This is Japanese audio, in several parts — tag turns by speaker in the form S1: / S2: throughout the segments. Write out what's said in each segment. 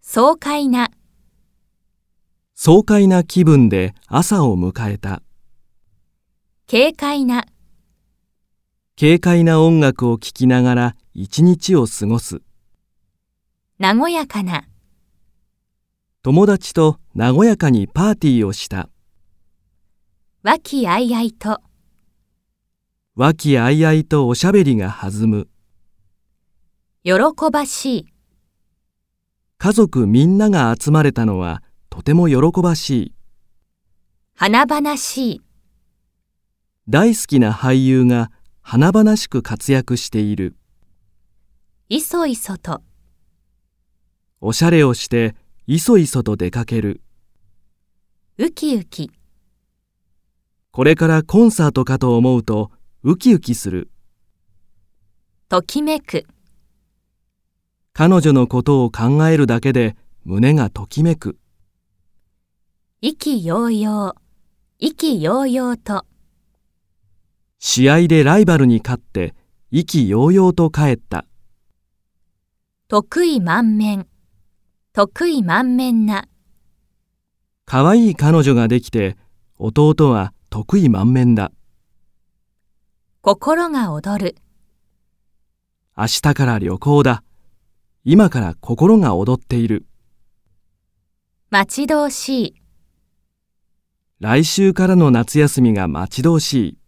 S1: 爽快な、
S2: 爽快な気分で朝を迎えた。
S1: 軽快な、
S2: 軽快な音楽を聴きながら一日を過ごす。
S1: 和やかな、
S2: 友達と和やかにパーティーをした。
S1: 和気あいあいと、
S2: 和気あいあいとおしゃべりが弾む。
S1: 喜ばしい、
S2: 家族みんなが集まれたのはとても喜ばしい。
S1: 華々しい、
S2: 大好きな俳優が華々しく活躍している。
S1: いそいそと、
S2: おしゃれをしていそいそと出かける。
S1: ウキウキ、
S2: これからコンサートかと思うとウキウキする。
S1: ときめく、
S2: 彼女のことを考えるだけで胸がときめく。
S1: 意気揚々、意気揚々と、
S2: 試合でライバルに勝って意気揚々と帰った。
S1: 得意満面、得意満面な、
S2: 可愛い彼女ができて弟は得意満面だ。
S1: 心が躍る、
S2: 明日から旅行だ。今から心が踊っている。
S1: 待ち遠しい、
S2: 来週からの夏休みが待ち遠しい。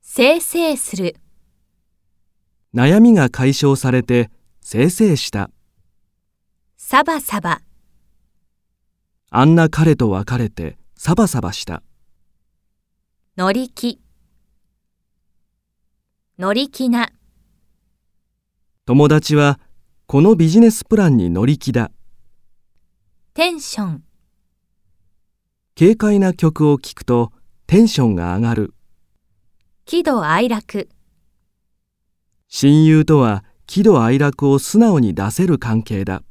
S1: せいせいする、
S2: 悩みが解消されてせいせいした。
S1: サバサバ、
S2: あんな彼と別れてサバサバした。
S1: 乗り気、乗り気な、
S2: 友達はこのビジネスプランに乗り気だ。
S1: テンション、
S2: 軽快な曲を聴くとテンションが上がる。
S1: 喜怒哀楽、
S2: 親友とは喜怒哀楽を素直に出せる関係だ。